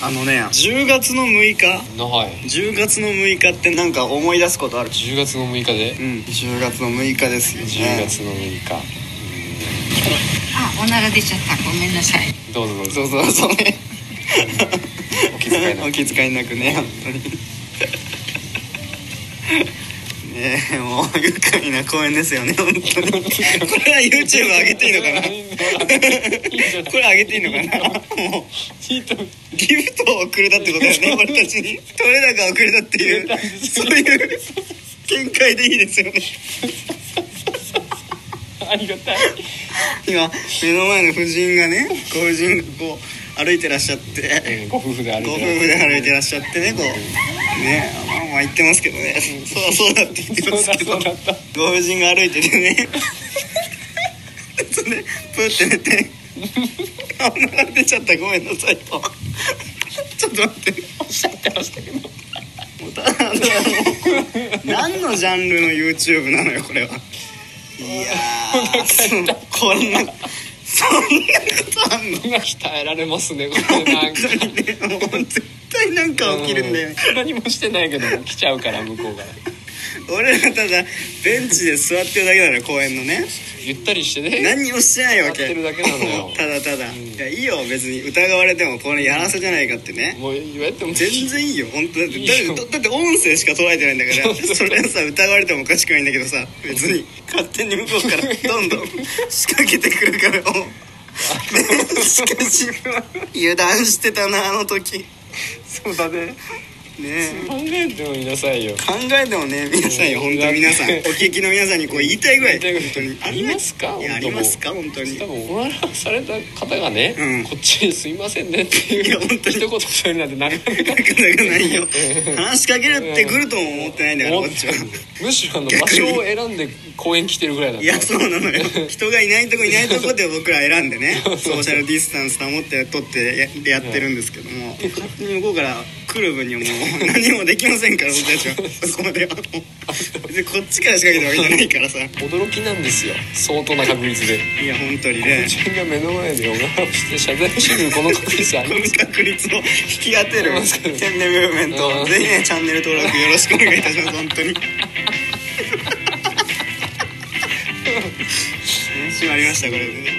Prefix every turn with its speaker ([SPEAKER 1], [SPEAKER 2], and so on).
[SPEAKER 1] あのね10月の6日
[SPEAKER 2] はい
[SPEAKER 1] 10月の6日ってなんか思い出すことある
[SPEAKER 2] 10月の6日
[SPEAKER 1] う
[SPEAKER 2] で
[SPEAKER 1] ん10月の6日ですよ
[SPEAKER 2] 10
[SPEAKER 1] ね
[SPEAKER 2] 月の6日
[SPEAKER 3] あ、おなら出ちゃった。ごめんなさい。
[SPEAKER 2] どうぞどうぞ
[SPEAKER 1] そうそうそうね
[SPEAKER 2] お気遣いな く
[SPEAKER 1] お気遣いなくね本当に ねえもう愉快な公園ですよね本当 にこれは YouTube 上げていいのかなこれ上げていいのかなもう
[SPEAKER 2] ヒント
[SPEAKER 1] ギフトをくれたってことだよね俺たちに取れ高をくれたっていうそういう見解でいいですよね
[SPEAKER 2] ありがたい
[SPEAKER 1] 今目の前の夫人がねご婦人がこう歩いてらっしゃって
[SPEAKER 2] ご夫婦で歩い
[SPEAKER 1] ご夫婦
[SPEAKER 2] て
[SPEAKER 1] で歩いてらっしゃってねこうねまあまあ言ってますけどねそうそうだって言ってますけど
[SPEAKER 2] そうだそうだっ
[SPEAKER 1] ご婦人が歩いててねそれでプーって寝てあおなら出ちゃったごめんなさいとちょっと待って
[SPEAKER 2] おっしゃってましたけど
[SPEAKER 1] 何のジャンルの YouTube なのよこれはいやーそこんなそんなことあんの
[SPEAKER 2] 今鍛えられますねこれなんか
[SPEAKER 1] 本当にねもう絶対なんか起きるんだよね
[SPEAKER 2] うん何もしてないけども来ちゃうから向こうが
[SPEAKER 1] 俺らただベンチで座ってるだけなのよ公園のね
[SPEAKER 2] ゆったりしてね
[SPEAKER 1] 何にもしてないわけ
[SPEAKER 2] 座ってるだけなの よ
[SPEAKER 1] ただただ、いやいいよ別に疑われてもこれやらせじゃないかってね
[SPEAKER 2] もう言われても
[SPEAKER 1] 全然いいよ本当だって
[SPEAKER 2] いいよ
[SPEAKER 1] だってだって音声しか捉えてないんだ からそれさ疑われてもおかしくないんだけどさ別に勝手に向こうからどんどん仕掛けてくる からもうしかし油断してたなあの時
[SPEAKER 2] そうだね
[SPEAKER 1] ねえ
[SPEAKER 2] 考えてもいなさいよ
[SPEAKER 1] 考えてもね皆さんよ
[SPEAKER 2] うん
[SPEAKER 1] 本当皆 さんお聞きの皆さんにこう言いたいぐらい
[SPEAKER 2] 言い
[SPEAKER 1] 本当
[SPEAKER 2] たい
[SPEAKER 1] に
[SPEAKER 2] ぐらいありますか
[SPEAKER 1] いやあ
[SPEAKER 2] 本当
[SPEAKER 1] りますか本当に
[SPEAKER 2] 多分おならされた方がね、
[SPEAKER 1] うん
[SPEAKER 2] こっちに「すいませんね」っていう
[SPEAKER 1] いや本当に
[SPEAKER 2] 一言添えるなんてなかなか
[SPEAKER 1] なかなかない よ話しかけるってくるとも思ってないんだからこっちは
[SPEAKER 2] むしろあの場所を選んで公園来てるぐらいだ
[SPEAKER 1] いやそうなのよ人がいないとこいないとこで僕ら選んで ねソーシャルディスタンス保って取ってややってるんですけども勝手に向こうから来る分にはもう何もできませんから僕たちはそこまではもう別にこっちから仕掛けたわけじゃないからさい
[SPEAKER 2] 驚きなんですよ相当な確率で
[SPEAKER 1] や本当に
[SPEAKER 2] 自
[SPEAKER 1] ね
[SPEAKER 2] 分が目の前でおならをして謝罪してくるこの確率あ
[SPEAKER 1] こ
[SPEAKER 2] り
[SPEAKER 1] の
[SPEAKER 2] ます
[SPEAKER 1] 確率を引き当てる天然ムーブメントぜひねチャンネル登録よろしくお願いいたします本当 に 先週ありましたこれでね